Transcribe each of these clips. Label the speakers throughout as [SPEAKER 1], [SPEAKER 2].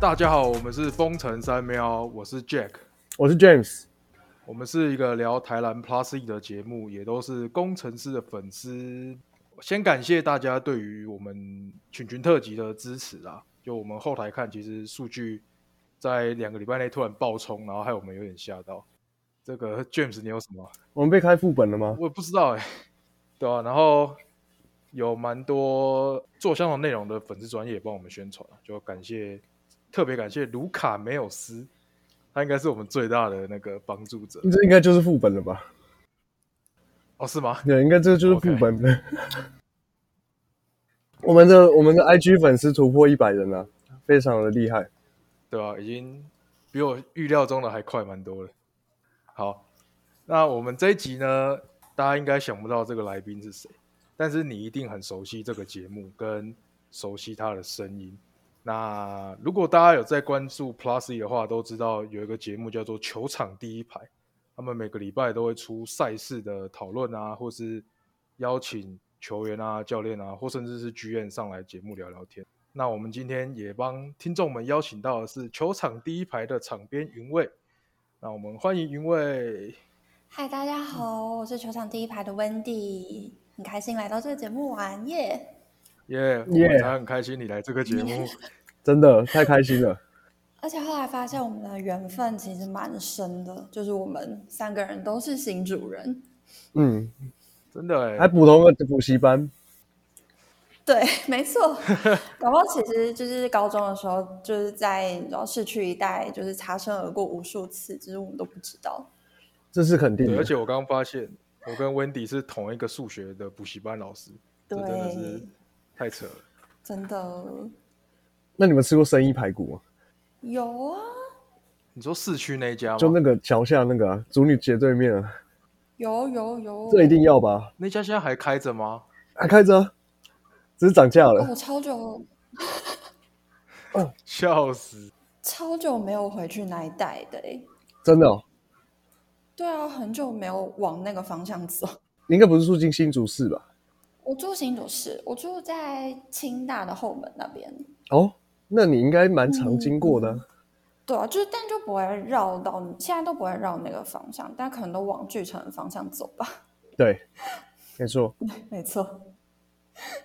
[SPEAKER 1] 大家好，我们是风城三喵，我是 Jack，
[SPEAKER 2] 我是 James，
[SPEAKER 1] 我们是一个聊台南 Plus E 的节目，也都是工程师的粉丝。先感谢大家对于我们群群特辑的支持啦！就我们后台看，其实数据在两个礼拜内突然爆冲，然后害我们有点吓到。这个 James，你有什么？
[SPEAKER 2] 我们被开副本了吗？
[SPEAKER 1] 我也不知道哎、对啊，然后有蛮多做相同内容的粉丝专业也帮我们宣传，啊就感谢，特别感谢卢卡梅有斯，他应该是我们最大的那个帮助者。
[SPEAKER 2] 这应该就是副本了吧？
[SPEAKER 1] 哦，是吗？
[SPEAKER 2] 对，应该这就是副本了。 我们的我们的 IG 粉丝突破一百人了、非常的厉害。
[SPEAKER 1] 对啊，已经比我预料中的还快蛮多了。好，那我们这一集呢，大家应该想不到这个来宾是谁，但是你一定很熟悉这个节目，跟熟悉他的声音。那如果大家有在关注 Plus E 的话，都知道有一个节目叫做《球场第一排》，他们每个礼拜都会出赛事的讨论啊，或是邀请球员啊、教练啊，或甚至是剧院上来节目聊聊天。那我们今天也帮听众们邀请到的是球场第一排的场边云卫，那我们欢迎云卫。
[SPEAKER 3] 嗨，大家好，我是球场第一排的 Wendy，很开心来到这个节目玩耶
[SPEAKER 1] 耶、我
[SPEAKER 2] Yeah
[SPEAKER 1] 们才很开心你来这个节目。
[SPEAKER 2] 真的太开心了。
[SPEAKER 3] 而且后来发现我们的缘分其实蛮深的，就是我们三个人都是新主人，
[SPEAKER 2] 嗯，
[SPEAKER 1] 真的
[SPEAKER 3] 啊
[SPEAKER 1] 哎、
[SPEAKER 2] 还补同个补习班，
[SPEAKER 3] 对，没错。搞不好其实就是高中的时候，就是在你知道市区一带，就是擦身而过无数次，只是我们都不知道。
[SPEAKER 2] 这是肯定
[SPEAKER 1] 对，
[SPEAKER 2] 的
[SPEAKER 1] 而。且我刚刚发现，我跟 Wendy 是同一个数学的补习班老师，这真的是
[SPEAKER 3] 对，
[SPEAKER 1] 太扯了。
[SPEAKER 3] 真的
[SPEAKER 2] 那你们吃过生意排骨吗？
[SPEAKER 3] 有啊，
[SPEAKER 1] 你说市区那一家吗？
[SPEAKER 2] 就那个桥下那个啊，主女街对面啊，
[SPEAKER 3] 有有有，
[SPEAKER 2] 这一定要吧？
[SPEAKER 1] 那家现在还开着吗？
[SPEAKER 2] 还开着啊，只是涨价了。
[SPEAKER 3] 哦，超久
[SPEAKER 1] 笑死！
[SPEAKER 3] 超久没有回去那一带的欸
[SPEAKER 2] 真的、哦，
[SPEAKER 3] 对啊，很久没有往那个方向走。
[SPEAKER 2] 你应该不是住进新竹市吧？
[SPEAKER 3] 我住新竹市，我住在清大的后门那边。
[SPEAKER 2] 哦，那你应该蛮常经过的啊、
[SPEAKER 3] 对啊，就是但就不会绕到，现在都不会绕那个方向，但可能都往巨城的方向走吧。
[SPEAKER 2] 对，没错。
[SPEAKER 3] 没错，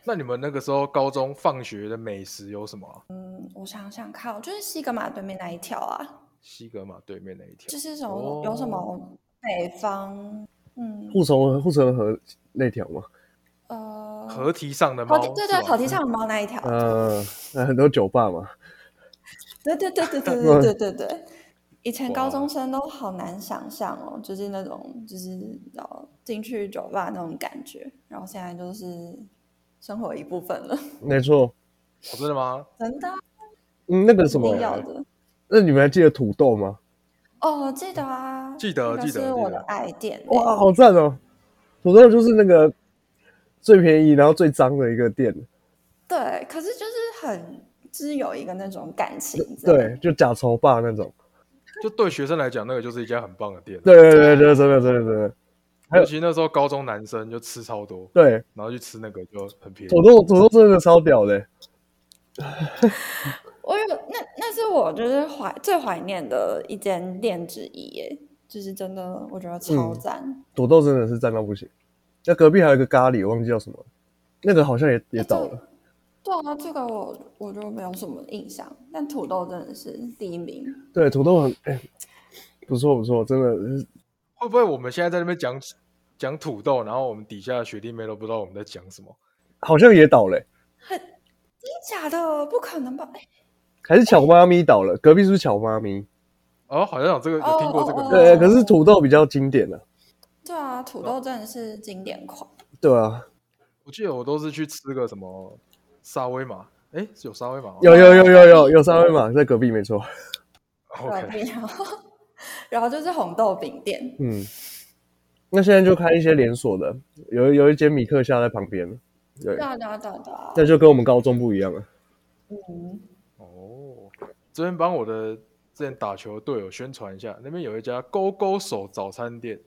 [SPEAKER 1] 那你们那个时候高中放学的美食有什么啊、
[SPEAKER 3] 嗯，我想想看，就是西格玛对面那一条啊，
[SPEAKER 1] 西格玛对面那一条，
[SPEAKER 3] 就是什么、
[SPEAKER 1] 哦
[SPEAKER 3] 有什么北方，嗯
[SPEAKER 2] 护城护城河那条吗？
[SPEAKER 3] 呃，
[SPEAKER 1] 河堤上的
[SPEAKER 3] 河
[SPEAKER 1] 猫，
[SPEAKER 3] 堤对
[SPEAKER 1] 是
[SPEAKER 3] 对，
[SPEAKER 1] 吧
[SPEAKER 3] 河堤上的猫那一条，
[SPEAKER 2] 呃，那很多酒吧嘛，
[SPEAKER 3] 对对对对对对对对对，以前高中生都好难想象哦，就是那种就是然后进去酒吧那种感觉，然后现在就是生活一部分了，
[SPEAKER 2] 没错。
[SPEAKER 1] 哦真的吗？
[SPEAKER 3] 真的啊
[SPEAKER 2] 嗯，那个
[SPEAKER 3] 一
[SPEAKER 2] 什么
[SPEAKER 3] 定，要的
[SPEAKER 2] 那你们还记得土豆吗？
[SPEAKER 3] 哦，记得啊，
[SPEAKER 1] 记得
[SPEAKER 3] 那个
[SPEAKER 1] 记得
[SPEAKER 3] 是我
[SPEAKER 1] 记
[SPEAKER 3] 的
[SPEAKER 1] 得
[SPEAKER 3] 爱店欸，
[SPEAKER 2] 哇，好赞哦！土豆就是那个最便宜然后最脏的一个店，
[SPEAKER 3] 对，可是就是很就是有一个那种感情在，
[SPEAKER 2] 对，就假愁霸那种。
[SPEAKER 1] 就对学生来讲，那个就是一家很棒的店。
[SPEAKER 2] 对对对对，真的真的真的，还有
[SPEAKER 1] 尤其那时候高中男生就吃超多，
[SPEAKER 2] 对，
[SPEAKER 1] 然后去吃那个就很便宜
[SPEAKER 2] 土。豆土豆真的超屌的，
[SPEAKER 3] 我有那那是我就是怀最怀念的一间店之一耶，就是真的我觉得
[SPEAKER 2] 嗯
[SPEAKER 3] 超赞。
[SPEAKER 2] 土豆真的是赞到不行。那隔壁还有一个咖喱，我忘记叫什么了，那个好像也也
[SPEAKER 3] 那
[SPEAKER 2] 倒
[SPEAKER 3] 这
[SPEAKER 2] 了。
[SPEAKER 3] 对啊，这个我我就没有什么印象，但土豆真的是第一名。
[SPEAKER 2] 对，土豆很、哎不错不错，真的
[SPEAKER 1] 会不会我们现在在那边讲讲土豆，然后我们底下的学弟妹都不知道我们在讲什么？
[SPEAKER 2] 好像也倒了、
[SPEAKER 3] 真的假的？不可能吧？哎
[SPEAKER 2] 还是巧妈咪倒了，隔壁是不是巧妈咪？
[SPEAKER 1] 哦，好像有这个有听过这个
[SPEAKER 3] 哦
[SPEAKER 1] 名字，
[SPEAKER 2] 对，可是土豆比较经典的、
[SPEAKER 3] 对啊，土豆
[SPEAKER 2] 嗯
[SPEAKER 3] 真的是经典款。
[SPEAKER 2] 对啊，
[SPEAKER 1] 我记得我都是去吃个什么沙威玛，哎，是有沙威玛吗
[SPEAKER 2] 有有有有有有三维码在隔壁，没错。
[SPEAKER 3] 隔
[SPEAKER 1] ？OK，
[SPEAKER 3] 壁然后 然后就是红豆饼店，
[SPEAKER 2] 嗯，那现在就开一些连锁的，有有一间米克夏在旁边，对
[SPEAKER 3] 对，啊对啊对啊对啊。
[SPEAKER 2] 那就跟我们高中不一样啊了。
[SPEAKER 3] 嗯，
[SPEAKER 1] 哦，这边帮我的之前打球的队友宣传一下，那边有一家勾勾手早餐店，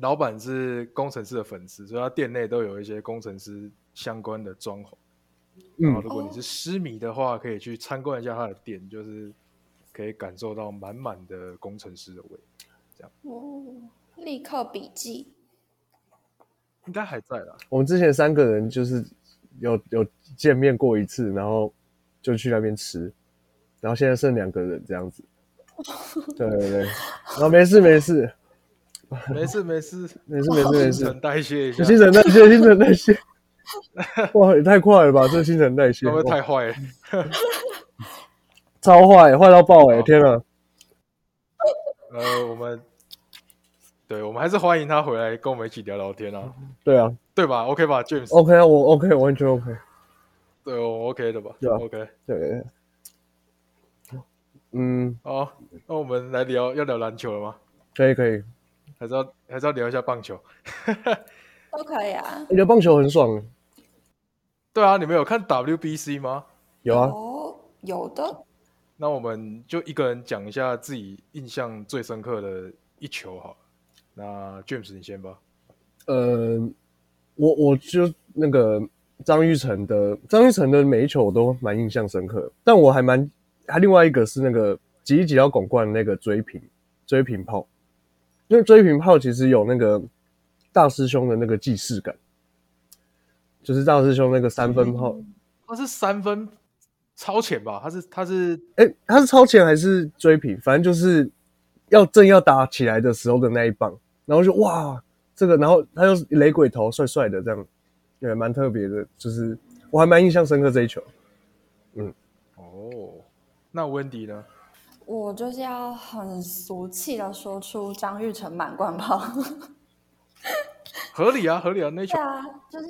[SPEAKER 1] 老板是工程师的粉丝，所以他店内都有一些工程师相关的装潢。然后
[SPEAKER 2] 嗯，
[SPEAKER 1] 如果你是狮迷的话，可以去参观一下他的店，就是可以感受到满满的工程师的味，
[SPEAKER 3] 哦，立刻笔记，
[SPEAKER 1] 应该还在啦。
[SPEAKER 2] 我们之前三个人就是有有见面过一次，然后就去那边吃，然后现在剩两个人这样子。对对对，然后没事没事
[SPEAKER 1] 没事没事，
[SPEAKER 2] 没事没事没
[SPEAKER 1] 新
[SPEAKER 2] 事，
[SPEAKER 1] 陈代谢一下，
[SPEAKER 2] 新陈代谢新陈代 谢，哇也太快了吧！这新陈代谢
[SPEAKER 1] 会不会
[SPEAKER 2] 哇
[SPEAKER 1] 太坏了？
[SPEAKER 2] 超坏，坏到爆哎、
[SPEAKER 1] 好
[SPEAKER 2] 天啊！
[SPEAKER 1] 呃，我们对，我们还是欢迎他回来跟我们一起聊聊天啊，
[SPEAKER 2] 对啊
[SPEAKER 1] 对吧？OK 吧，James，、
[SPEAKER 2] ，OK 啊，我 OK 完全 OK，
[SPEAKER 1] 对，我 OK 的吧？
[SPEAKER 2] 对啊
[SPEAKER 1] o k
[SPEAKER 2] 对对对，嗯，
[SPEAKER 1] 好，那我们来聊，要聊篮球了吗？
[SPEAKER 2] 可以可以，
[SPEAKER 1] 还是要还是要聊一下棒球？
[SPEAKER 3] 都可以啊。
[SPEAKER 2] 你的棒球很爽，
[SPEAKER 1] 对啊，你们有看 WBC 吗？
[SPEAKER 2] 有啊，
[SPEAKER 3] 哦，有的，
[SPEAKER 1] 那我们就一个人讲一下自己印象最深刻的一球好了。那 James 你先吧。
[SPEAKER 2] 呃，我我就那个张玉成的张玉成的每一球我都蛮印象深刻，但我还蛮还另外一个是那个挤一挤到拱冠的那个追平追平炮，因为追平炮其实有那个大师兄的那个既视感，就是大师兄那个三分炮，
[SPEAKER 1] 他是三分超前吧？他是他是
[SPEAKER 2] 哎、他是超前还是追平？反正就是要正要打起来的时候的那一棒，然后就哇，这个，然后他又是雷鬼头，帅帅的这样，也蛮特别的，就是我还蛮印象深刻这一球。
[SPEAKER 1] 哦，那温迪呢？
[SPEAKER 3] 我就是要很俗气的说出张玉成满贯炮。
[SPEAKER 1] 合理啊，合理啊，那球
[SPEAKER 3] 对啊，就是，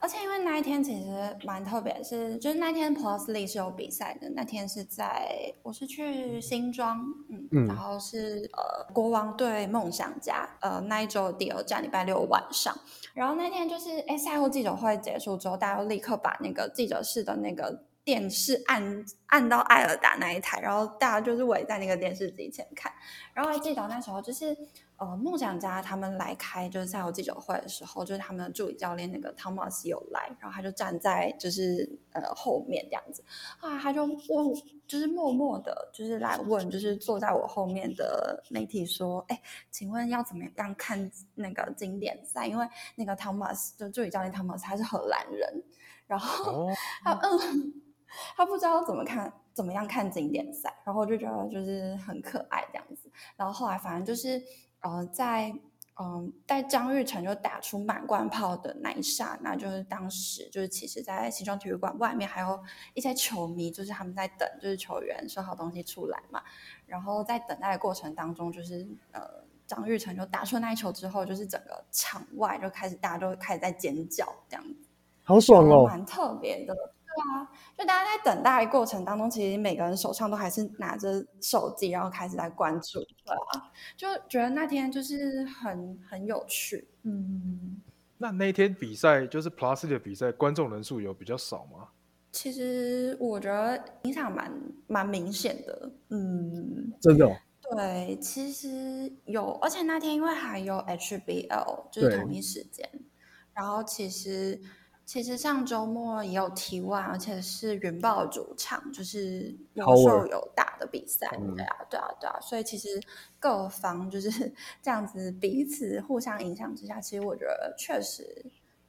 [SPEAKER 3] 而且因为那一天其实蛮特别，是就是那天 Plus League 是有比赛的，那天是在我是去新庄，嗯，
[SPEAKER 2] 嗯
[SPEAKER 3] 然后是呃国王对梦想家，呃那一周的第二站礼拜六晚上，然后那天就是哎赛后记者会结束之后，大家就立刻把那个记者室的那个。电视按按到艾尔达那一台，然后大家就是围在那个电视机前看，然后还记得那时候就是呃，梦想家他们来开就是赛后记者会的时候，就是他们的助理教练那个 Thomas 有来，然后他就站在就是呃后面这样子啊，他就问，就是默默的，就是来问，就是坐在我后面的媒体说，哎，请问要怎么样看那个经典赛？因为那个 Thomas 就助理教练 Thomas 他是荷兰人，然后
[SPEAKER 1] 哦，
[SPEAKER 3] 他嗯，他不知道怎么看怎么样看经典赛，然后我就觉得就是很可爱这样子。然后后来反正就是呃，在嗯在张玉成就打出满贯炮的那一刹那，就是当时就是其实，在西装体育馆外面还有一些球迷，就是他们在等就是球员收好东西出来嘛，然后在等待的过程当中，就是呃。张玉成就打出那一球之后，就是整个场外就开始大家都开始在尖叫这样子。
[SPEAKER 2] 好爽
[SPEAKER 3] 然后
[SPEAKER 2] 哦！
[SPEAKER 3] 蛮特别的。对啊，就大家在等待的过程当中，其实每个人手上都还是拿着手机，然后开始来关注，对啊，就觉得那天就是很很有趣，嗯，
[SPEAKER 1] 那那天比赛就是 Plus 的比赛，观众人数有比较少吗？
[SPEAKER 3] 其实我觉得影响蛮蛮明显的，嗯，
[SPEAKER 2] 真的、哦，
[SPEAKER 3] 对，其实有，而且那天因为还有 HBL，就是
[SPEAKER 2] 对
[SPEAKER 3] 同一时间，然后其实其实上周末也有 T1，而且是云豹主场，就是有
[SPEAKER 2] Howard
[SPEAKER 3] 受有打的比赛，对啊，对啊，对啊，所以其实各方就是 这样子彼此互相影响之下，其实我觉得确实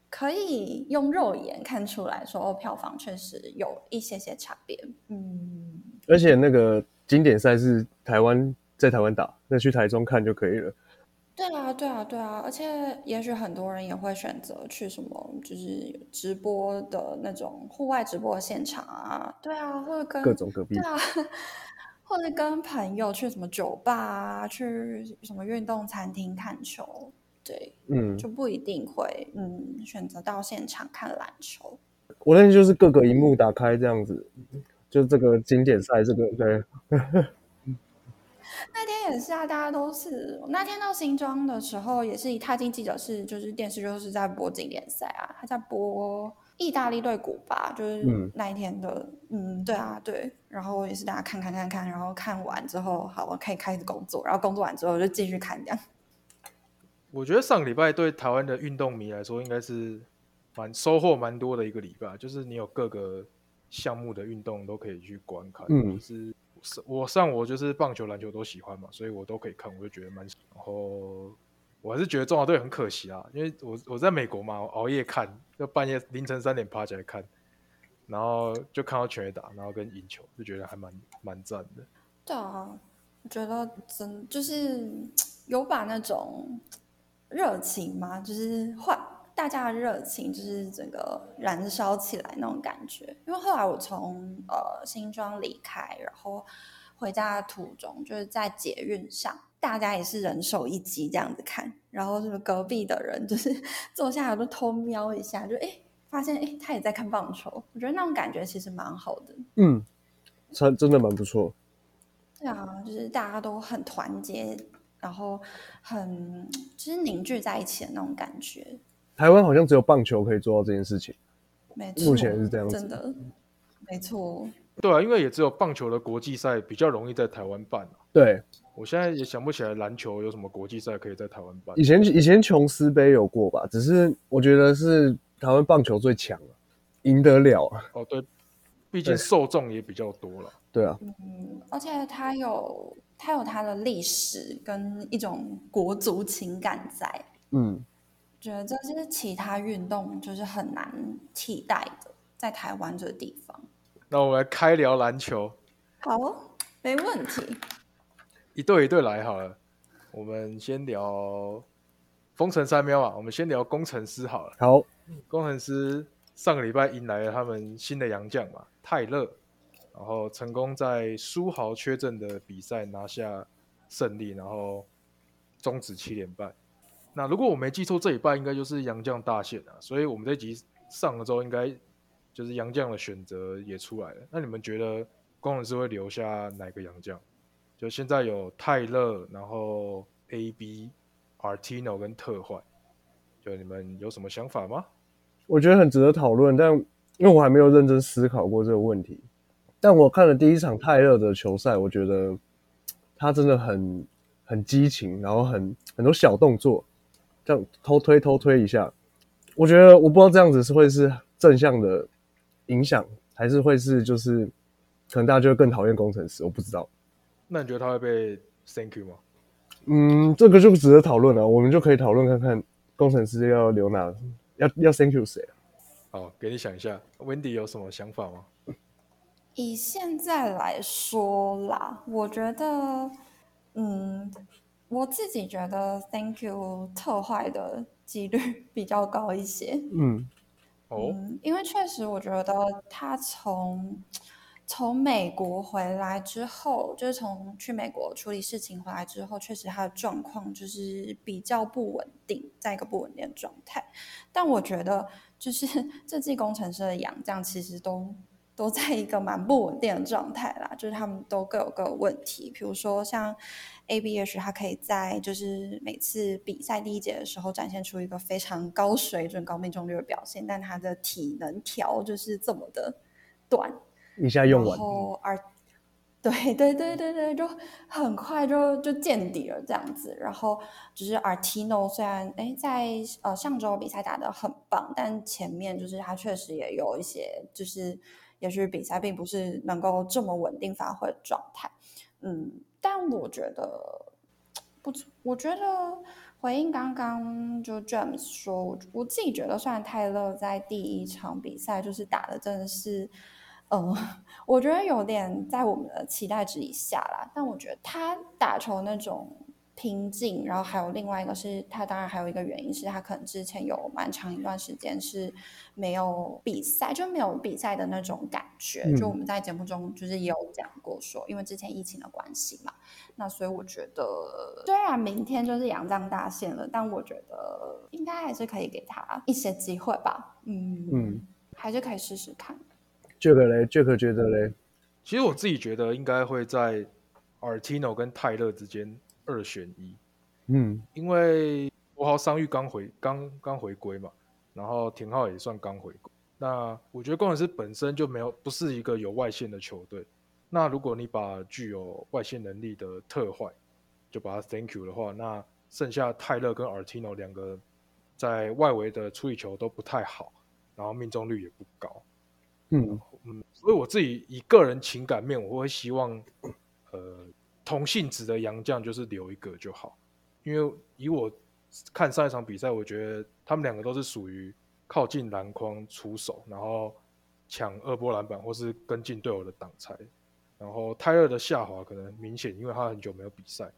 [SPEAKER 3] 可以用肉眼看出来说，哦，票房确实有一些些差别，嗯。
[SPEAKER 2] 而且那个经典赛是台湾在台湾打，那去台中看就可以了。
[SPEAKER 3] 对啊，对啊，对啊，而且也许很多人也会选择去什么，就是直播的那种户外直播的现场啊，对啊，或者跟
[SPEAKER 2] 各种隔壁
[SPEAKER 3] 对啊， 或者跟朋友去什么酒吧啊，去什么运动餐厅看球，对，
[SPEAKER 2] 嗯，
[SPEAKER 3] 就不一定会嗯选择到现场看篮球。
[SPEAKER 2] 我那天就是各个荧幕打开这样子，就这个经典赛，这个对，
[SPEAKER 3] 那天也是啊，大家都是那天到新庄的时候，也是一踏进记者室，就是电视就是在播经典赛啊，他在播意大利对古巴，就是
[SPEAKER 2] 嗯
[SPEAKER 3] 那一天的，嗯对啊，对。然后也是大家看看看看，然后看完之后，好，我可以开始工作，然后工作完之后就继续看这样。
[SPEAKER 1] 我觉得上个礼拜对台湾的运动迷来说，应该是蛮收获蛮多的一个礼拜，就是你有各个项目的运动都可以去观看。
[SPEAKER 2] 嗯
[SPEAKER 1] 就是我上我就是棒球、篮球都喜欢嘛，所以我都可以看，我就觉得蛮。然后我还是觉得中华队很可惜啊，因为我我在美国嘛，我熬夜看，就半夜凌晨三点爬起来看，然后就看到全垒打，然后跟赢球，就觉得还蛮蛮赞的。
[SPEAKER 3] 对啊，我觉得真就是有把那种热情嘛，就是换大家的热情，就是整个燃烧起来那种感觉。因为后来我从呃新庄离开，然后回家的途中，就是在捷运上。大家也是人手一机这样子看，然后就是隔壁的人就是 坐下来都偷瞄一下，就哎发现哎他也在看棒球，我觉得那种感觉其实蛮好的。
[SPEAKER 2] 嗯，真真的蛮不错。
[SPEAKER 3] 对啊，就是大家都很团结，然后很就是凝聚在一起的那种感觉。
[SPEAKER 2] 台湾好像只有棒球可以做到这件事情。
[SPEAKER 3] 没错，
[SPEAKER 2] 目前是这样子
[SPEAKER 3] 真的，没错。
[SPEAKER 1] 对啊，因为也只有棒球的国际赛比较容易在台湾办、啊、
[SPEAKER 2] 对，
[SPEAKER 1] 我现在也想不起来篮球有什么国际赛可以在台湾办
[SPEAKER 2] 以。前以前琼斯杯有过吧，只是我觉得是台湾棒球最强了，赢得了啊。
[SPEAKER 1] 哦，对，毕竟
[SPEAKER 2] 对
[SPEAKER 1] 受众也比较多了。
[SPEAKER 2] 对啊，
[SPEAKER 3] 嗯，而且它有它有它的历史跟一种国足情感在，
[SPEAKER 2] 嗯，
[SPEAKER 3] 觉得这是其他运动就是很难替代的，在台湾这个地方。
[SPEAKER 1] 那我们来开聊篮球，
[SPEAKER 3] 好哦，没问题。
[SPEAKER 1] 一对一对来好了。我们先聊封城三喵啊，我们先聊工程师好了。
[SPEAKER 2] 好，
[SPEAKER 1] 工程师上个礼拜迎来了他们新的洋将嘛，泰勒，然后成功在苏豪缺阵的比赛拿下胜利，然后终止七连败。那如果我没记错，这一半应该就是洋将大限啊，所以我们这集上了之后，应该就是洋将的选择也出来了。那你们觉得工程师会留下哪个洋将？就现在有泰勒，然后 A B、Artino 跟特坏，就你们有什么想法吗？
[SPEAKER 2] 我觉得很值得讨论，但因为我还没有认真思考过这个问题。但我看了第一场泰勒的球赛，我觉得他真的很很激情，然后很很多小动作，这样偷推偷推一下。我觉得我不知道这样子是会是正向的影响，还是会是就是可能大家就会更讨厌工程师，我不知道。
[SPEAKER 1] 那你觉得他会被 thank you 吗？
[SPEAKER 2] 嗯，这个就值得讨论了，我们就可以讨论看看工程师要留哪，要要 thank you 谁啊？
[SPEAKER 1] 好，给你想一下，Wendy 有什么想法吗？
[SPEAKER 3] 以现在来说啦，我觉得，嗯，我自己觉得 Thank you 特坏的几率比较高一些。
[SPEAKER 2] 嗯
[SPEAKER 1] 哦，
[SPEAKER 3] 嗯，因为确实我觉得他从从美国回来之后，就是从去美国处理事情回来之后，确实他的状况就是比较不稳定，在一个不稳定的状态。但我觉得，就是 这季工程师的养将其实都都在一个蛮不稳定的状态啦，就是他们都各有各的问题。比如说像 A B H，他可以在就是每次比赛第一节的时候展现出一个非常高水准、高命中率的表现，但他的体能条就是这么的短，
[SPEAKER 2] 一下用完
[SPEAKER 3] 然。后而对对对对对，就很快就就见底了这样子。然后就是 Artino 虽然哎在呃上周比赛打得很棒，但前面就是他确实也有一些就是也许比赛并不是能够这么稳定发挥的状态。嗯，但我觉得不知，我觉得回应刚刚就 James 说，我我自己觉得，虽然泰勒在第一场比赛就是打的真的是，嗯，我觉得有点在我们的期待值以下啦，但我觉得他打球那种。拼劲，然后还有另外一个是他，当然还有一个原因是他可能之前有蛮长一段时间是没有比赛，就没有比赛的那种感觉。
[SPEAKER 2] 嗯
[SPEAKER 3] 就我们在节目中就是也有讲过说，因为之前疫情的关系嘛，那所以我觉得，虽然明天就是洋将大限了，但我觉得应该还是可以给他一些机会吧。嗯
[SPEAKER 2] 嗯，
[SPEAKER 3] 还是可以试试看。
[SPEAKER 2] Jack 嘞，Jack 觉得嘞，
[SPEAKER 1] 其实我自己觉得应该会在 Artino 跟泰勒之间二选一，
[SPEAKER 2] 嗯
[SPEAKER 1] 因为国豪伤愈刚回刚刚回归嘛，然后田浩也算刚回归。那我觉得工程师本身就没有不是一个有外线的球队。那如果你把具有外线能力的特坏，就把它 thank you 的话，那剩下泰勒跟 Artino 两个在外围的处理球都不太好，然后命中率也不高，
[SPEAKER 2] 嗯
[SPEAKER 1] 嗯，所以我自己以个人情感面，我会希望，呃，同性质的洋将就是留一个就好，因为以我看上一场比赛，我觉得他们两个都是属于靠近篮筐出手，然后抢二波篮板或是跟进队友的挡拆，然后泰勒的下滑可能明显，因为他很久没有比赛，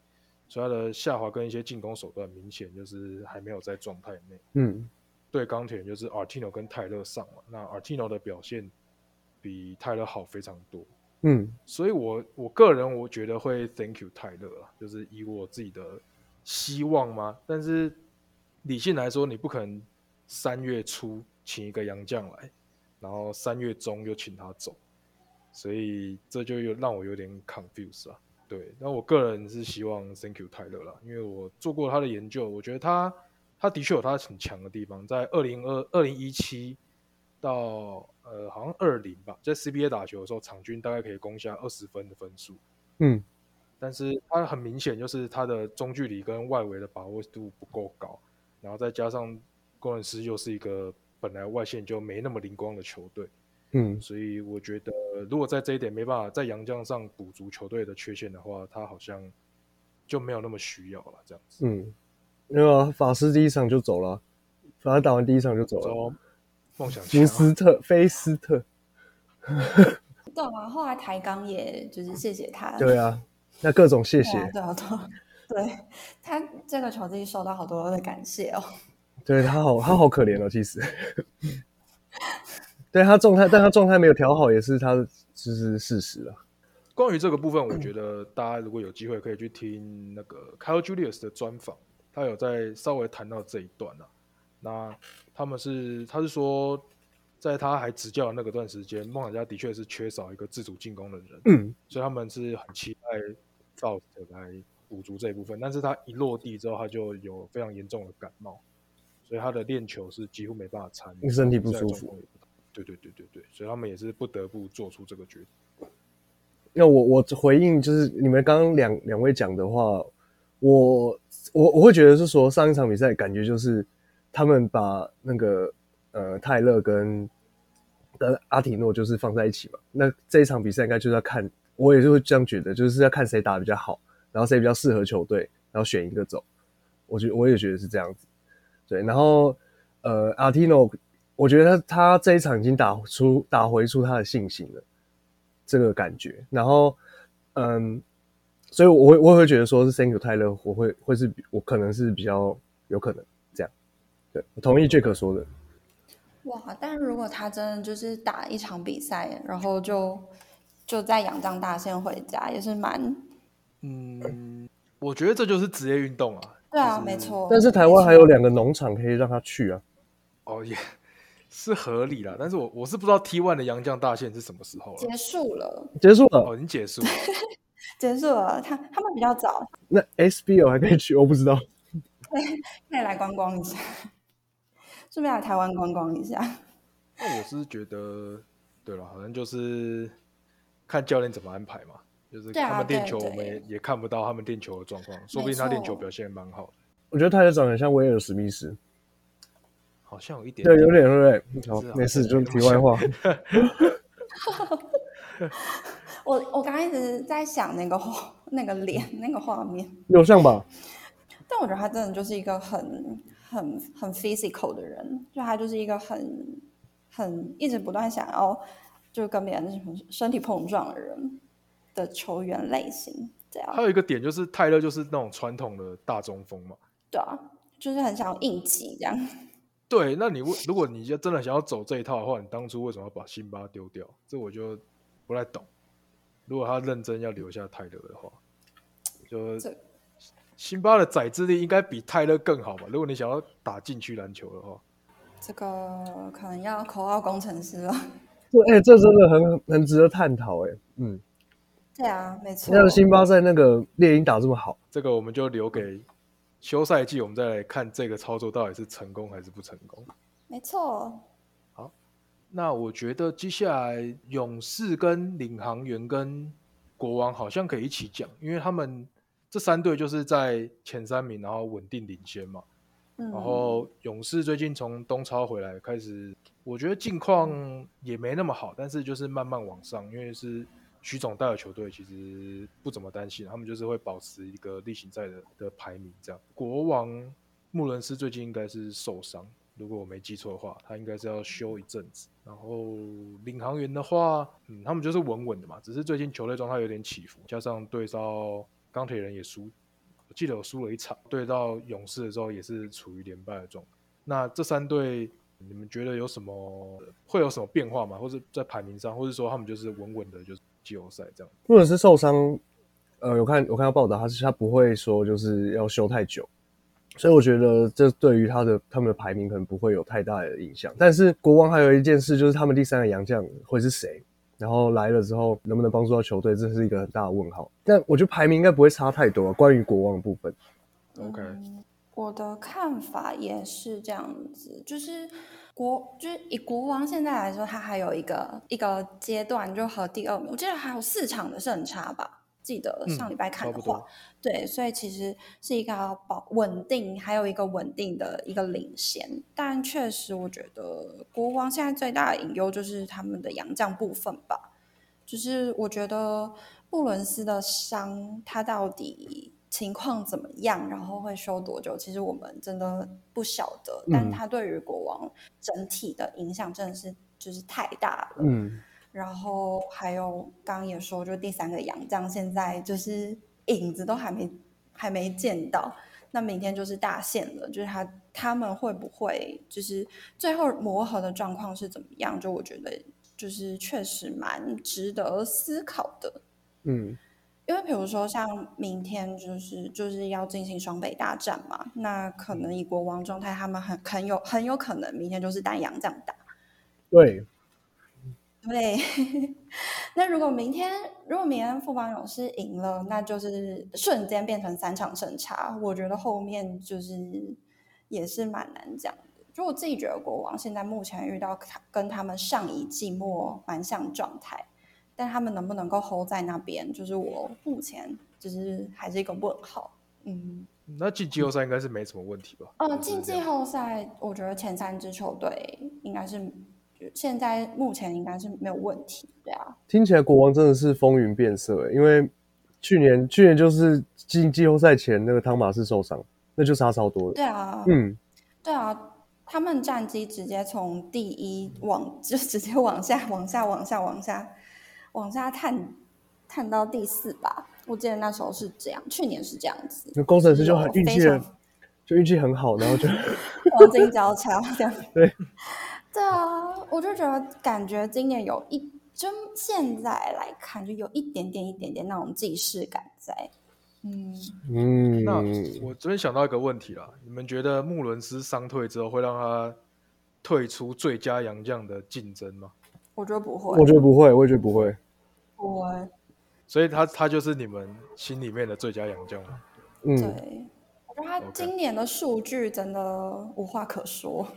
[SPEAKER 1] 所以他的下滑跟一些进攻手段明显就是还没有在状态内。
[SPEAKER 2] 嗯
[SPEAKER 1] 对钢铁人就是 Artino 跟泰勒上嘛，那 Artino 的表现比泰勒好非常多，
[SPEAKER 2] 嗯
[SPEAKER 1] 所以我我个人我觉得会 Thank you 泰勒啊，就是以我自己的希望嘛，但是理性来说，你不可能三月初请一个洋将来，然后三月中又请他走，所以这就有让我有点 confuse 啊。对，那我个人是希望 Thank you 泰勒啦，因为我做过他的研究，我觉得他他的确有他很强的地方，在二零二二零一七到呃好像二零吧，在 CBA 打球的时候，场均大概可以攻下二十分的分数，
[SPEAKER 2] 嗯
[SPEAKER 1] 但是他很明显就是他的中距离跟外围的把握度不够高，然后再加上工程师又是一个本来外线就没那么灵光的球队，
[SPEAKER 2] 嗯
[SPEAKER 1] 所以我觉得如果在这一点没办法在洋将上补足球队的缺陷的话，他好像就没有那么需要了。这样子，
[SPEAKER 2] 嗯，那个法师第一场就走了，法师打完第一场就走了，
[SPEAKER 1] 说梦想
[SPEAKER 2] 福
[SPEAKER 1] 家
[SPEAKER 2] 斯特菲斯特，
[SPEAKER 3] 对啊，后来台钢也就是谢谢他，
[SPEAKER 2] 对啊，那各种谢
[SPEAKER 3] 对
[SPEAKER 2] 谢
[SPEAKER 3] 啊，，对啊，对啊，对他这个球季受到好多的感谢哦。
[SPEAKER 2] 对他好，他好可怜哦，其实。 对他状态，但他状态没有调好，也是他的就是事实了。
[SPEAKER 1] 关于这个部分，我觉得大家如果有机会可以去听那个 Kyle Julius 的专访，他有在稍微谈到这一段啊。那他们是，他是说，在他还执教的那个段时间，梦想家的确是缺少一个自主进攻的人，
[SPEAKER 2] 嗯
[SPEAKER 1] 所以他们是很期待 Faust 来补足这一部分。但是他一落地之后，他就有非常严重的感冒，所以他的练球是几乎没办法参与，
[SPEAKER 2] 身体不舒
[SPEAKER 1] 比
[SPEAKER 2] 服
[SPEAKER 1] 赛状况也不大。对对对对对，所以他们也是不得不做出这个决定。
[SPEAKER 2] 那我我回应就是你们刚刚两两位讲的话，我我我会觉得是说上一场比赛感觉就是他们把那个呃泰勒跟跟阿提诺就是放在一起嘛。那这一场比赛应该就是要看，我也是会这样觉得，就是要看谁打得比较好，然后谁比较适合球队，然后选一个走。我觉我也觉得是这样子，对。然后呃阿提诺，我觉得他他这一场已经打出打回出他的信心了。这个感觉。然后，嗯，所以我会我会觉得说是 Thank you 泰勒，我会会是比我可能是比较有可能这样。对，我同意 Jack 说的。
[SPEAKER 3] 哇！但如果他真的就是打一场比赛，然后就就在仰仗大线回家，也是蛮
[SPEAKER 1] 嗯，我觉得这就是职业运动啊。
[SPEAKER 3] 对啊，
[SPEAKER 1] 就是
[SPEAKER 3] 没错。
[SPEAKER 2] 嗯但是台湾还有两个农场可以让他去啊。
[SPEAKER 1] 哦，也是合理啦。但是我我是不知道 T one 的洋将大限是什么时候了。
[SPEAKER 3] 结束了，
[SPEAKER 2] 结束了，
[SPEAKER 1] 哦，已经结束了。
[SPEAKER 3] 结束了。他他们比较早，
[SPEAKER 2] 那 SBL 还可以去，我不知道。
[SPEAKER 3] 可以来观光一下， 顺便来台湾观光一下。
[SPEAKER 1] 那我是觉得，对了，好像就是看教练怎么安排嘛。就是
[SPEAKER 3] 对啊
[SPEAKER 1] 他们练球，
[SPEAKER 3] 对
[SPEAKER 1] 我
[SPEAKER 3] 对
[SPEAKER 1] 们也看不到他们练球的状况，说不定他练球表现也蛮好的，
[SPEAKER 2] 我觉得泰勒长得很像威尔史密斯，
[SPEAKER 1] 好像有一点
[SPEAKER 2] 对，有点对不对？好
[SPEAKER 1] 是啊，
[SPEAKER 2] 没事，就是题外话。
[SPEAKER 3] 我我刚刚一直在想那个画 那个脸那个画面，
[SPEAKER 2] 有像吧？
[SPEAKER 3] 但我觉得他真的就是一个很很很 physical 的人，就他就是一个很很一直不断想要就跟别人身体碰撞的人的球员类型，这
[SPEAKER 1] 还
[SPEAKER 3] 样
[SPEAKER 1] 有一个点就是泰勒就是那种传统的大中锋嘛。
[SPEAKER 3] 对啊，就是很想要应急这样。
[SPEAKER 1] 对，那你为如果你就真的想要走这一套的话，你当初为什么要把辛巴丢掉？这我就不太懂。如果他认真要留下泰勒的话，就
[SPEAKER 3] 这
[SPEAKER 1] 辛巴的宰制力应该比泰勒更好吧？如果你想要打禁区篮球的话，
[SPEAKER 3] 这个可能要口号工程师了。
[SPEAKER 2] 这哎、这真的很很值得探讨哎、嗯，
[SPEAKER 3] 对啊，没错。
[SPEAKER 2] 那辛巴在那个猎鹰打这么好，
[SPEAKER 1] 这个我们就留给休赛季，我们再来看这个操作到底是成功还是不成功。
[SPEAKER 3] 没错。
[SPEAKER 1] 那我觉得接下来勇士跟领航员跟国王好像可以一起讲，因为他们这三队就是在前三名，然后稳定领先嘛。
[SPEAKER 3] 嗯
[SPEAKER 1] 然后勇士最近从东超回来，开始我觉得近况也没那么好，但是就是慢慢往上，因为是徐总带的球队，其实不怎么担心，他们就是会保持一个例行赛的的排名这样。国王穆伦斯最近应该是受伤，如果我没记错的话，他应该是要休一阵子。然后领航员的话，嗯，他们就是稳稳的嘛，只是最近球队状态有点起伏，加上对到钢铁人也输我记得我输了一场，对到勇士的时候也是处于连败的状态。那这三队，你们觉得有什么会有什么变化吗？或者在排名上，或者说他们就是稳稳的，就是季后赛这样？
[SPEAKER 2] 或者是受伤，呃，有看我看到报道，他是他不会说就是要休太久，所以我觉得这对于他的他们的排名可能不会有太大的影响。但是国王还有一件事就是他们第三个洋将会是谁，然后来了之后能不能帮助到球队，这是一个很大的问号。但我觉得排名应该不会差太多、啊，关于国王的部分。
[SPEAKER 1] OK
[SPEAKER 3] 嗯我的看法也是这样子，就是国就是以国王现在来说，他还有一个一个阶段就和第二名，我记得还有四场的胜差吧。记得
[SPEAKER 1] 嗯
[SPEAKER 3] 上礼拜看
[SPEAKER 1] 差
[SPEAKER 3] 的
[SPEAKER 1] 不
[SPEAKER 3] 话，
[SPEAKER 1] 多。
[SPEAKER 3] 对，所以其实是一个要保稳定，还有一个稳定的一个领先。但确实，我觉得国王现在最大的隐忧就是他们的洋将部分吧。就是我觉得布伦斯的伤，他到底情况怎么样，然后会休多久，其实我们真的不晓得。但
[SPEAKER 2] 嗯
[SPEAKER 3] 他对于国王整体的影响真的是就是太大了。
[SPEAKER 2] 嗯，
[SPEAKER 3] 然后还有刚刚也说，就第三个洋将现在就是影子都还没还没见到，那明天就是大限了，就是他他们会不会就是最后磨合的状况是怎么样？就我觉得就是确实蛮值得思考的。
[SPEAKER 2] 嗯，
[SPEAKER 3] 因为比如说像明天就是就是要进行双北大战嘛，那可能以国王状态，他们很很有很有可能明天就是单洋这样打。
[SPEAKER 2] 对，
[SPEAKER 3] 对， 那如果明天如果明天富邦勇士赢了，那就是瞬间变成三场胜差。我觉得后面就是也是蛮难讲的。就我自己觉得，国王现在目前遇到他跟他们上一季末蛮像状态，但他们能不能够 hold 在那边，就是我目前就是还是一个问号。嗯，
[SPEAKER 1] 那进季后赛应该是没什么问题吧？
[SPEAKER 3] 呃，
[SPEAKER 1] 就是
[SPEAKER 3] 进
[SPEAKER 1] 这
[SPEAKER 3] 季
[SPEAKER 1] 样
[SPEAKER 3] 后赛，我觉得前三支球队应该是现在目前应该是没有问题，对啊。
[SPEAKER 2] 听起来国王真的是风云变色、欸，因为去年去年就是进季后赛前那个汤马斯受伤，那就差超多了。
[SPEAKER 3] 对啊，
[SPEAKER 2] 嗯。
[SPEAKER 3] 对啊，他们战绩直接从第一往 就直接往下、往下、往下、往下、往下探探到第四吧。我记得那时候是这样，去年是这样 子，
[SPEAKER 2] 那工程师就很
[SPEAKER 3] 就是
[SPEAKER 2] 运
[SPEAKER 3] 有
[SPEAKER 2] 气
[SPEAKER 3] 非常
[SPEAKER 2] 很，就运气很好，然后 就
[SPEAKER 3] 黄金交叉这样。
[SPEAKER 2] 对，
[SPEAKER 3] 对啊，我就觉得感觉今年有一，就现在来看，就有一点点、一点点那种既视感在。嗯，
[SPEAKER 2] 嗯，
[SPEAKER 1] 那我这边想到一个问题啦，你们觉得穆伦斯伤退之后会让他退出最佳洋将的竞争吗？
[SPEAKER 3] 我觉得不会，
[SPEAKER 2] 我觉得嗯不会，我也觉得不会，
[SPEAKER 3] 不会。
[SPEAKER 1] 所以他他就是你们心里面的最佳洋将吗？
[SPEAKER 2] 嗯，
[SPEAKER 3] 对，我觉得他
[SPEAKER 1] OK
[SPEAKER 3] 今年的数据真的无话可说。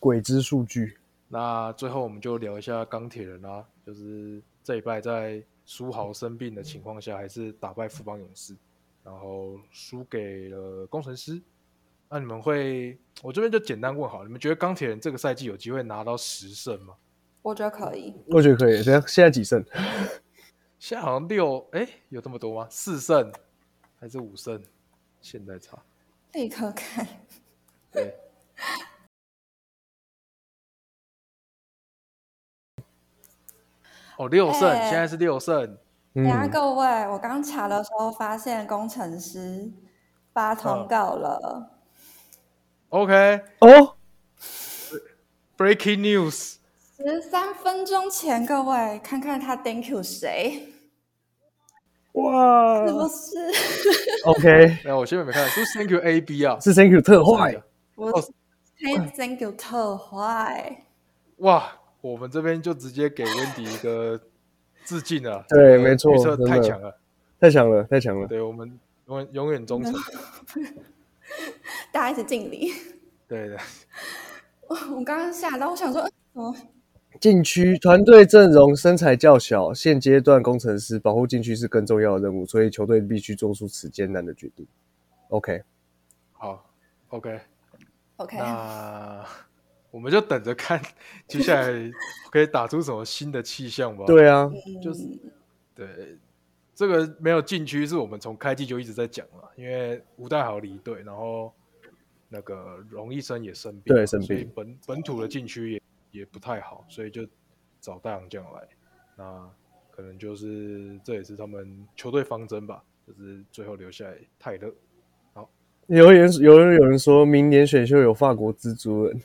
[SPEAKER 2] 鬼之数据，
[SPEAKER 1] 那最后我们就聊一下钢铁人啦、就是这一拜在苏豪生病的情况下，还是打败富邦勇士，然后输给了工程师。那你们会，我这边就简单问好，你们觉得钢铁人这个赛季有机会拿到十胜吗？
[SPEAKER 3] 我觉得可以，
[SPEAKER 2] 我觉得可以。等下现在几胜？
[SPEAKER 1] 现在好像六，哎，有这么多吗？四胜还是五胜？现在差，
[SPEAKER 3] 立刻看。
[SPEAKER 1] 对，哦，六胜，
[SPEAKER 3] 哎
[SPEAKER 1] 现在是六胜。
[SPEAKER 2] 嗯
[SPEAKER 3] 等，下各位，我刚查的时候发现工程师发
[SPEAKER 2] 嗯
[SPEAKER 3] 通告了，
[SPEAKER 1] OK，Breaking、
[SPEAKER 2] 哦，
[SPEAKER 1] News，
[SPEAKER 3] 十三分钟前，各位看看他 thank you 谁，
[SPEAKER 2] 哇嗯
[SPEAKER 3] 是 不是？
[SPEAKER 2] ，OK，
[SPEAKER 1] 那哎我现在没看，是不是 Thank you AB 啊？
[SPEAKER 2] 是 Thank you 特
[SPEAKER 1] 真
[SPEAKER 2] 坏
[SPEAKER 1] 的，
[SPEAKER 3] 我
[SPEAKER 2] 哦
[SPEAKER 3] 黑 thank you 特坏，
[SPEAKER 1] 哇，我们这边就直接给温迪一个致敬了。
[SPEAKER 2] 对
[SPEAKER 1] 这个
[SPEAKER 2] 没错
[SPEAKER 1] 预测
[SPEAKER 2] 真的
[SPEAKER 1] 太强了。
[SPEAKER 2] 太强了，太强了，
[SPEAKER 1] 对我们永远永远忠诚。
[SPEAKER 3] 大家一起敬礼。
[SPEAKER 1] 对的，
[SPEAKER 3] 我刚刚吓到，我想说，嗯怎么
[SPEAKER 2] 禁区团队阵容身材较小，现阶段工程师保护禁区是更重要的任务，所以球队必须做出此艰难的决定。OK，
[SPEAKER 1] 好，OK，
[SPEAKER 3] OK，
[SPEAKER 1] 那我们就等着看接下来可以打出什么新的气象吧。
[SPEAKER 2] 对啊，
[SPEAKER 3] 嗯
[SPEAKER 1] 就是对这个没有禁区是我们从开季就一直在讲了，因为吴代豪离队，然后那个荣医生也生病嘛，
[SPEAKER 2] 对生病
[SPEAKER 1] 所以本本土的禁区也也不太好，所以就找大洋将来。那可能就是这也是他们球队方针吧，就是最后留下来泰勒。
[SPEAKER 2] 有人有人有人说明年选秀有法国蜘蛛人，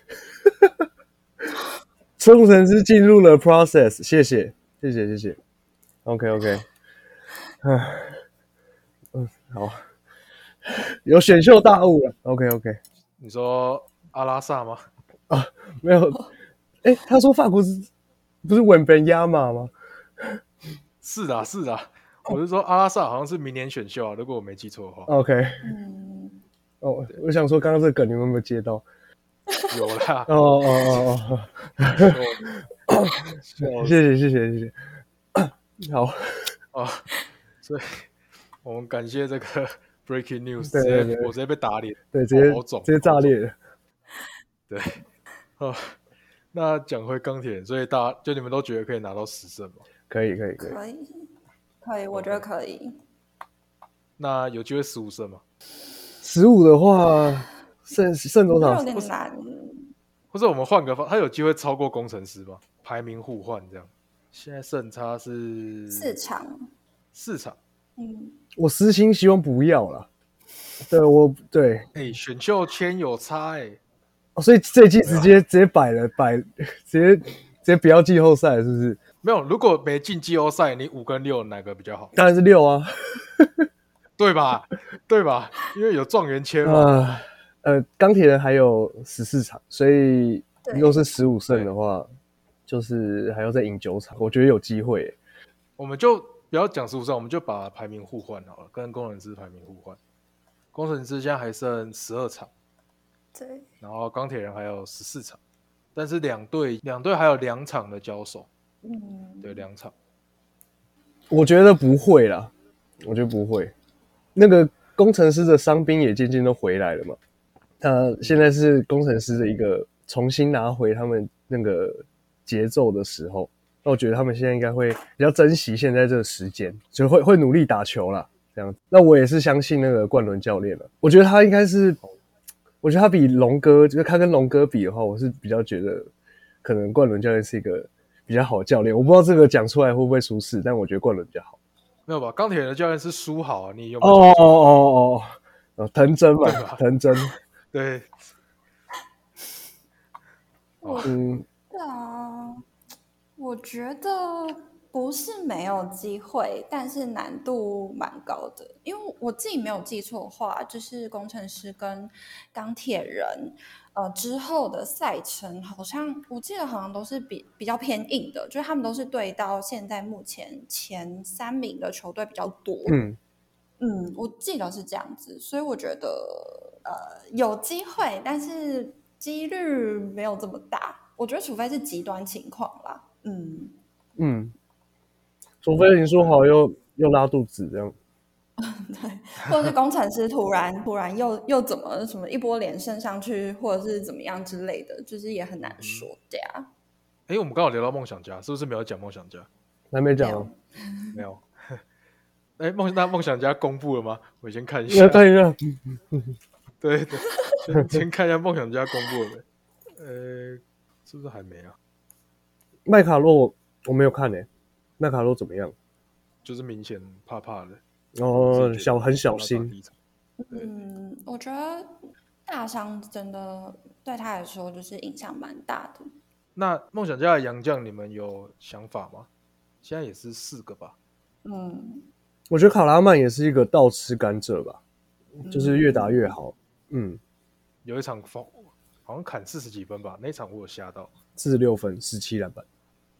[SPEAKER 2] 冲绳是进入了 process，谢谢谢谢谢谢，OK OK，唉，嗯好，有选秀大雾了，OK OK，
[SPEAKER 1] 你说阿拉萨吗？
[SPEAKER 2] 没有，哎、他说法国是不是稳本亚马吗？哦
[SPEAKER 1] 是啊，是啊，我是说阿拉萨好像是明年选秀啊，如果我没记错的话，
[SPEAKER 2] OK，
[SPEAKER 3] 嗯，
[SPEAKER 2] 哦，我想说刚刚这个梗你们有没有接到？
[SPEAKER 1] 有啦。
[SPEAKER 2] 哦哦哦哦 哦，
[SPEAKER 1] 我
[SPEAKER 2] 谢谢谢谢谢谢， 好，
[SPEAKER 1] 啊，所以我们感谢这个 breaking news，
[SPEAKER 2] 对
[SPEAKER 1] 直
[SPEAKER 2] 对
[SPEAKER 1] 接
[SPEAKER 2] 对
[SPEAKER 1] 我直接被打脸。
[SPEAKER 2] 对，直接
[SPEAKER 1] 哦好肿
[SPEAKER 2] 直接炸裂了。
[SPEAKER 1] 对， 啊，那讲回钢铁人，所以大家就你们都觉得可以拿到十胜嘛？
[SPEAKER 2] 可以可以可以，
[SPEAKER 3] 可以，可以，我觉得可以。
[SPEAKER 1] 那有机会十五胜吗？
[SPEAKER 2] 十五的话剩剩多
[SPEAKER 3] 这
[SPEAKER 2] 少
[SPEAKER 3] 有？点难，
[SPEAKER 1] 或者我们换个方，他有机会超过工程师吗？排名互换这样。现在胜差是
[SPEAKER 3] 四场，
[SPEAKER 1] 四场。
[SPEAKER 3] 嗯，
[SPEAKER 2] 我私心希望不要了。对我对、
[SPEAKER 1] 哎、选秀签有差哎、
[SPEAKER 2] 哦所以这一季直
[SPEAKER 1] 啊
[SPEAKER 2] 接直接摆了摆，直接直接不要季后赛了是不是？
[SPEAKER 1] 没有，如果没进季后赛，你五跟六哪个比较好？
[SPEAKER 2] 当然是六啊
[SPEAKER 1] 对 吧？对吧？因为有状元签嘛。
[SPEAKER 2] 啊呃，钢铁人还有十四场，所以
[SPEAKER 3] 对
[SPEAKER 2] 如果是十五胜的话，就是还要再赢九场，我觉得有机会耶、
[SPEAKER 1] 我们就不要讲十五胜，我们就把排名互换好了，跟工程师排名互换。工程师现在还剩十二场，
[SPEAKER 3] 对，
[SPEAKER 1] 然后钢铁人还有十四场，但是两队两队还有两场的交手，
[SPEAKER 3] 嗯，
[SPEAKER 1] 对，两场。
[SPEAKER 2] 我觉得不会啦，我觉得不会。那个工程师的伤兵也渐渐都回来了嘛，他现在是工程师的一个重新拿回他们那个节奏的时候，那我觉得他们现在应该会比较珍惜现在这个时间，就会会努力打球啦。这样子，那我也是相信那个冠伦教练了，我觉得他应该是，我觉得他比龙哥，就是他跟龙哥比的话，我是比较觉得可能冠伦教练是一个比较好的教练。我不知道这个讲出来会不会出事，但我觉得冠伦比较好。
[SPEAKER 1] 没有吧？钢铁人的教练是苏好啊，你有没有？
[SPEAKER 2] 哦哦哦哦哦，藤真嘛，藤真，
[SPEAKER 1] 对，
[SPEAKER 2] 嗯，
[SPEAKER 3] 对啊，我觉得不是没有机会，但是难度蛮高的。因为我自己没有记错的话，就是工程师跟钢铁人，呃，之后的赛程好像我记得好像都是比比较偏硬的，就是他们都是对到现在目前前三名的球队比较多。
[SPEAKER 2] 嗯，
[SPEAKER 3] 嗯，我记得是这样子，所以我觉得呃有机会，但是几率没有这么大。我觉得除非是极端情况啦。 嗯，
[SPEAKER 2] 嗯，除非你说好又又拉肚子这样，
[SPEAKER 3] 或者是工程师突然突然又又怎么什么一波连胜上去，或者是怎么样之类的，就是也很
[SPEAKER 2] 嗯
[SPEAKER 3] 难说。对啊，
[SPEAKER 1] 哎，我们刚好聊到梦想家，是不是没有讲梦想家？
[SPEAKER 2] 还没讲
[SPEAKER 3] 没
[SPEAKER 1] 啊
[SPEAKER 3] 有
[SPEAKER 2] 哦，
[SPEAKER 1] 没有。 哎，梦那梦想家公布了吗？我先看一
[SPEAKER 2] 你来
[SPEAKER 1] 下。
[SPEAKER 2] 看一下，
[SPEAKER 1] 对对，先先看一下梦想家公布了没。呃，是不是还没啊？
[SPEAKER 2] 麦卡洛我没有看诶、麦卡洛怎么样？
[SPEAKER 1] 就是明显怕怕的，
[SPEAKER 2] 哦
[SPEAKER 1] 自，己觉
[SPEAKER 2] 小
[SPEAKER 1] 得
[SPEAKER 2] 很小
[SPEAKER 1] 怕打
[SPEAKER 2] 心，
[SPEAKER 1] 第一场。
[SPEAKER 3] 嗯，我觉得大伤真的对他来说就是影响蛮大的。
[SPEAKER 1] 那梦想家的杨将，你们有想法吗？现在也是四个吧？
[SPEAKER 3] 嗯，
[SPEAKER 2] 我觉得卡拉曼也是一个倒吃甘蔗吧，
[SPEAKER 1] 嗯
[SPEAKER 2] 嗯就是越打越好。嗯，
[SPEAKER 1] 有一场疯，好像砍四十几分吧，那一场我有吓到。
[SPEAKER 2] 四十六分，十七篮板。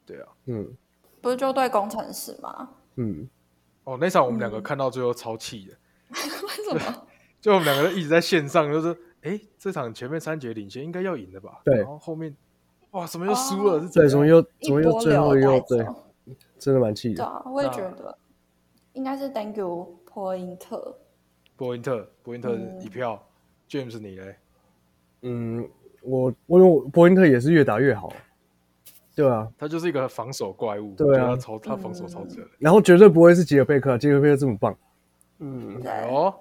[SPEAKER 1] 对啊，
[SPEAKER 2] 嗯
[SPEAKER 3] 不是就对工程师吗？
[SPEAKER 2] 嗯，
[SPEAKER 1] 哦，那场我们两个
[SPEAKER 3] 嗯
[SPEAKER 1] 看到最后超气的，
[SPEAKER 3] 为什么？
[SPEAKER 1] 就我们两个一直在线上，就是哎，这场前面三节领先应该要赢的吧？
[SPEAKER 2] 对
[SPEAKER 1] 然后后面哇，什么又输了？
[SPEAKER 3] 哦
[SPEAKER 1] 是怎
[SPEAKER 2] 对，
[SPEAKER 1] 样
[SPEAKER 2] 怎么又
[SPEAKER 3] 一
[SPEAKER 2] 怎么又
[SPEAKER 3] 波
[SPEAKER 2] 最后
[SPEAKER 3] 流
[SPEAKER 2] 又
[SPEAKER 3] 带
[SPEAKER 2] 对
[SPEAKER 3] 走，
[SPEAKER 2] 真的蛮气
[SPEAKER 3] 对
[SPEAKER 2] 的。
[SPEAKER 3] 啊，我也
[SPEAKER 1] 那
[SPEAKER 3] 觉得应该是 Thank you Point。
[SPEAKER 1] 波因特，波因特
[SPEAKER 3] 嗯
[SPEAKER 1] 一票、j a m e s 你嘞？
[SPEAKER 2] 嗯，我我因为我伯恩特也是越打越好，对啊，
[SPEAKER 1] 他就是一个防守怪物，
[SPEAKER 2] 对啊
[SPEAKER 1] 我觉得他超他防守超扯的。
[SPEAKER 2] 然后绝对不会是吉尔贝克啊，吉尔贝克这么棒，嗯，
[SPEAKER 1] 哎
[SPEAKER 3] 对，
[SPEAKER 1] 呦，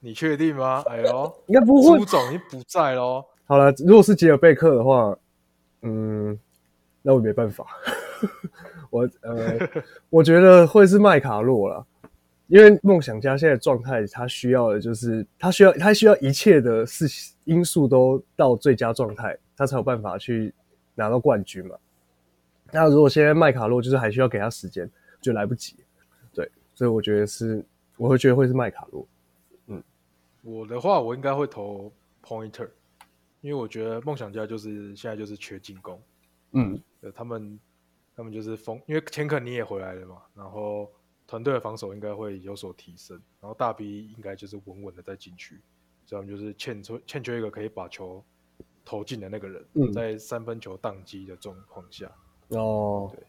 [SPEAKER 1] 你确定吗？哎呦，
[SPEAKER 2] 应该不会
[SPEAKER 1] 朱总已经不在喽。
[SPEAKER 2] 好了，如果是吉尔贝克的话，嗯，那我没办法。 我 呃，我觉得会是麦卡洛啦，因为梦想家现在状态，他需要的就是他需要他需要一切的事情因素都到最佳状态，他才有办法去拿到冠军嘛。那如果现在麦卡洛就是还需要给他时间，就来不及。对，所以我觉得是，我会觉得会是麦卡洛。
[SPEAKER 1] 我的话，我应该会投 Pointer，因为我觉得梦想家就是现在就是缺进攻，
[SPEAKER 2] 嗯
[SPEAKER 1] 呃，他们他们就是锋，因为钱肯尼也回来了嘛，然后团队的防守应该会有所提升，然后大 B 应该就是稳稳的在禁区，所以他们就是欠缺欠缺一个可以把球投进的那个人，
[SPEAKER 2] 嗯
[SPEAKER 1] 在三分球宕机的状况下，
[SPEAKER 2] 哦
[SPEAKER 1] 对，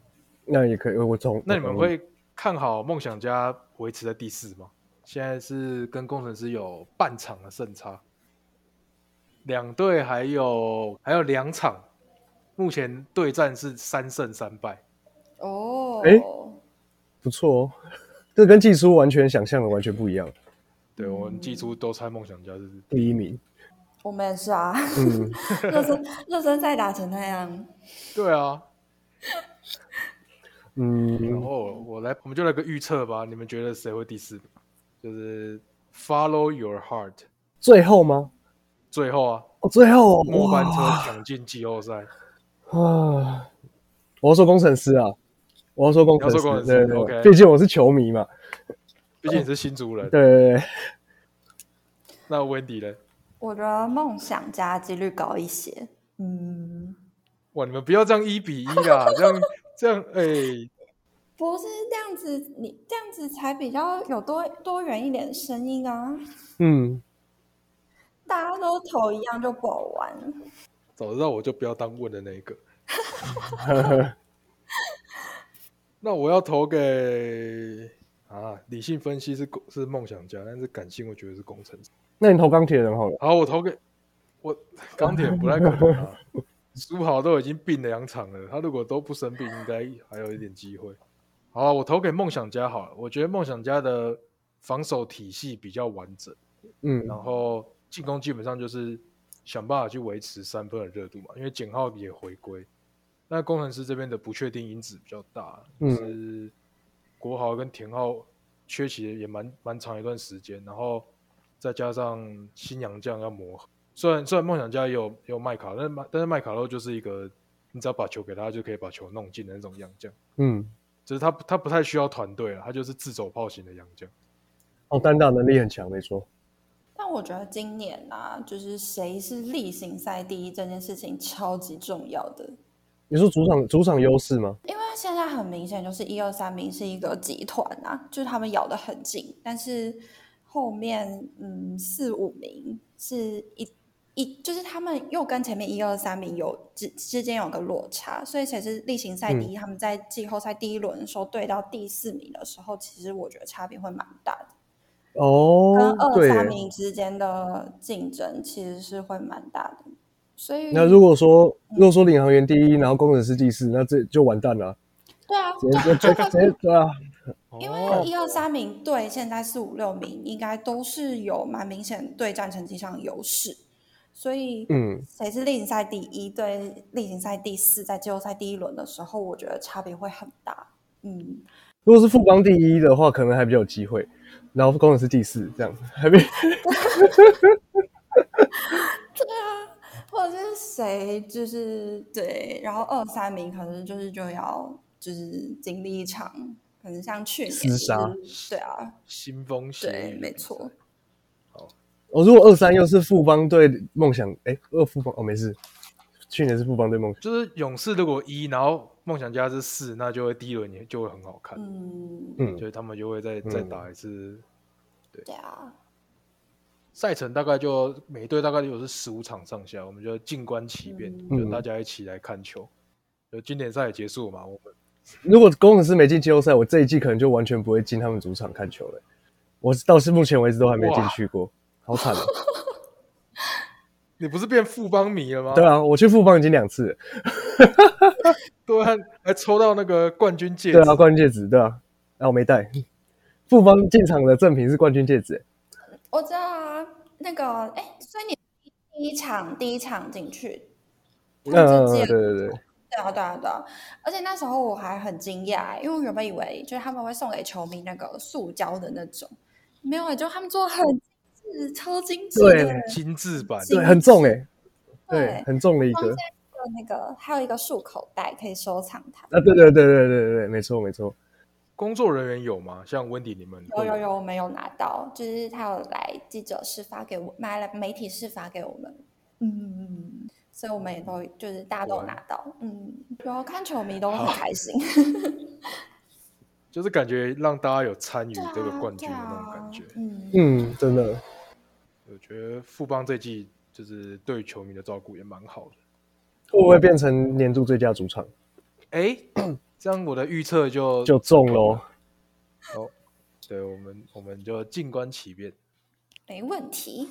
[SPEAKER 2] 那也可以。我从嗯
[SPEAKER 1] 那你们
[SPEAKER 2] 我同意
[SPEAKER 1] 会看好梦想家维持在第四吗？现在是跟工程师有半场的胜差，两队还有还有两场，目前对战是三胜三败。
[SPEAKER 3] 哦，
[SPEAKER 1] 哎
[SPEAKER 2] 诶不错哦， 这跟季初完全想象的完全不一样。
[SPEAKER 1] 对我们季初都猜梦想家是
[SPEAKER 2] 第一名，
[SPEAKER 3] 我们也是啊，
[SPEAKER 2] 嗯，
[SPEAKER 3] 热身热身赛打成那样，
[SPEAKER 1] 对啊，然
[SPEAKER 2] 嗯，
[SPEAKER 1] 后我来我们就来个预测吧，你们觉得谁会第四？就是 Follow Your Heart，
[SPEAKER 2] 最后吗？
[SPEAKER 1] 最后啊，
[SPEAKER 2] 哦，最后
[SPEAKER 1] 末班车
[SPEAKER 2] 哇
[SPEAKER 1] 抢进季后赛。
[SPEAKER 2] 啊！我要说工程师啊，我要说工程
[SPEAKER 1] 你
[SPEAKER 2] 师，
[SPEAKER 1] 要说工程师
[SPEAKER 2] 对对对
[SPEAKER 1] OK
[SPEAKER 2] 毕竟我是球迷嘛，
[SPEAKER 1] 毕竟你是新族 人，
[SPEAKER 2] 对对对，
[SPEAKER 1] 那 Wendy 呢？
[SPEAKER 3] 我觉得梦想家几率高一些。嗯，
[SPEAKER 1] 哇，你们不要这样一比一啦，这样这样，哎、
[SPEAKER 3] 不是这样子，你这样子才比较有多多元一点的声音啊！
[SPEAKER 2] 嗯，
[SPEAKER 3] 大家都投一样就不好玩了。
[SPEAKER 1] 早知道我就不要当问的那一个。
[SPEAKER 2] 呵呵
[SPEAKER 1] 那我要投给啊，理性分析是工是梦想家，但是感性我觉得是工程师。
[SPEAKER 2] 那你投钢铁人好了，
[SPEAKER 1] 好，我投给我钢铁不太可能啊。苏豪都已经病了两场了，他如果都不生病，应该还有一点机会。好啊，我投给梦想家好了。我觉得梦想家的防守体系比较完整，
[SPEAKER 2] 嗯
[SPEAKER 1] 然后进攻基本上就是想办法去维持三分的热度嘛，因为简浩也回归。那工程师这边的不确定因子比较大，就
[SPEAKER 2] 嗯
[SPEAKER 1] 是国豪跟田浩缺席也蛮蛮长一段时间，然后再加上新洋将要磨合。虽然虽然梦想家也有也有麦卡，但是麦但是麦卡洛就是一个你只要把球给他就可以把球弄进的那种洋将，
[SPEAKER 2] 嗯，
[SPEAKER 1] 就是他他不太需要团队了，啊他就是自走炮型的洋将。
[SPEAKER 2] 哦，单打能力很强，没错，
[SPEAKER 3] 但我觉得今年啊，就是谁是例行赛第一这件事情超级重要的，
[SPEAKER 2] 你说主
[SPEAKER 1] 嗯
[SPEAKER 2] 场主场优势吗？
[SPEAKER 3] 因为现在很明显就是一二三名是一个集团啊，就是他们咬得很紧，但是后面嗯四五名是一一，就是他们又跟前面一二三名有之之间有个落差，所以其实例行赛
[SPEAKER 2] 嗯
[SPEAKER 3] 第一，他们在季后赛第一轮的时候对到第四名的时候，其实我觉得差别会蛮大的。跟
[SPEAKER 2] 哦，
[SPEAKER 3] 二
[SPEAKER 2] 对耶，
[SPEAKER 3] 三名之间的竞争其实是会蛮大的，所以
[SPEAKER 2] 那如果说如果说领航员第一，然后工程师第四，那这就完蛋了，
[SPEAKER 3] 对啊，
[SPEAKER 2] 直接就直接直接对啊，
[SPEAKER 3] 因
[SPEAKER 1] 哦
[SPEAKER 3] 为一二三名对现在四五六名应该都是有蛮明显对战成绩上的优势，所以
[SPEAKER 2] 嗯
[SPEAKER 3] 谁是例行赛第一对例行赛第四，在季后赛第一轮的时候，我觉得差别会很大。嗯，
[SPEAKER 2] 如果是富邦第一的话，可能还比较有机会。然后工程师第四，这样还没
[SPEAKER 3] 或者是谁就是对，然后二三名可能就是就要就是经历一场，可能像去年
[SPEAKER 2] 厮杀
[SPEAKER 3] 就是，对啊，
[SPEAKER 1] 新风邪
[SPEAKER 3] 对，
[SPEAKER 1] 雨
[SPEAKER 3] 没错。
[SPEAKER 2] 哦。如果二三又是富邦对梦想，哎，二富邦哦，没事。去年是富邦对梦想，
[SPEAKER 1] 就是勇士如果一，然后梦想家是四，那就会第一轮也就会很好看，
[SPEAKER 3] 嗯，
[SPEAKER 2] 嗯
[SPEAKER 1] 所以他们就会再再打一次
[SPEAKER 3] 对啊，
[SPEAKER 1] 赛程，大概就每一队大概就是十五场上下，我们就静观其变，
[SPEAKER 2] 嗯
[SPEAKER 1] 就大家一起来看球。就经典赛也结束嘛，我们
[SPEAKER 2] 如果工程师没进季后赛，我这一季可能就完全不会进他们主场看球了。啊我到是目前为止都还没进去过，好惨哦。
[SPEAKER 1] 你不是变富邦迷了吗？
[SPEAKER 2] 对啊，我去富邦已经两次了，
[SPEAKER 1] 对啊，还抽到那个冠军戒指
[SPEAKER 2] 对，啊，冠军戒指，对啊，啊我没带。富邦进场的赠品是冠军戒指、欸
[SPEAKER 3] 我知道啊，那个哎，所以你第一场第一场进去，
[SPEAKER 2] 嗯，
[SPEAKER 3] 他
[SPEAKER 2] 嗯
[SPEAKER 3] 们
[SPEAKER 2] 嗯
[SPEAKER 3] 就
[SPEAKER 2] 对
[SPEAKER 3] 直接
[SPEAKER 2] 对对，
[SPEAKER 3] 对啊对啊对啊，而且那时候我还很惊讶，因为我原本以为就是他们会送给球迷那个塑胶的那种，没有，就他们做很精致超精致
[SPEAKER 2] 对
[SPEAKER 3] 的，
[SPEAKER 1] 精致版，
[SPEAKER 2] 对很重哎、欸，对
[SPEAKER 3] 对，
[SPEAKER 2] 很重的一
[SPEAKER 3] 放
[SPEAKER 2] 个
[SPEAKER 3] 在一个那个还有一个束口袋可以收藏它。
[SPEAKER 2] 啊，对对对对对对，没错没错，
[SPEAKER 1] 工作人员有吗？像温迪你们
[SPEAKER 3] 有
[SPEAKER 1] 会
[SPEAKER 3] 有有，我没有拿到，就是他有来记者室发给我，买了媒体室发给我们，嗯，所以我们也都就是大家都有拿到，嗯，然后看球迷都很开心，
[SPEAKER 1] 就是感觉让大家有参与
[SPEAKER 3] 对啊
[SPEAKER 1] 这个 冠军的
[SPEAKER 3] 对
[SPEAKER 1] 那
[SPEAKER 3] 啊
[SPEAKER 1] 种感觉。
[SPEAKER 3] 嗯，
[SPEAKER 2] 嗯，真的，
[SPEAKER 1] 我觉得富邦这季就是对球迷的照顾也蛮好的。
[SPEAKER 2] 会不会变成年度最佳主场
[SPEAKER 1] 哎、 这样我的预测就
[SPEAKER 2] 就中喽？
[SPEAKER 1] 哦，对我们我们就静观其变。
[SPEAKER 3] 没问题。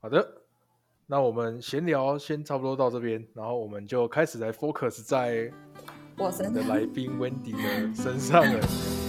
[SPEAKER 1] 好的，那我们闲聊先差不多到这边，然后我们就开始来 focus 在
[SPEAKER 3] 我
[SPEAKER 1] 我
[SPEAKER 3] 真
[SPEAKER 1] 们的来宾 Wendy 的身上了。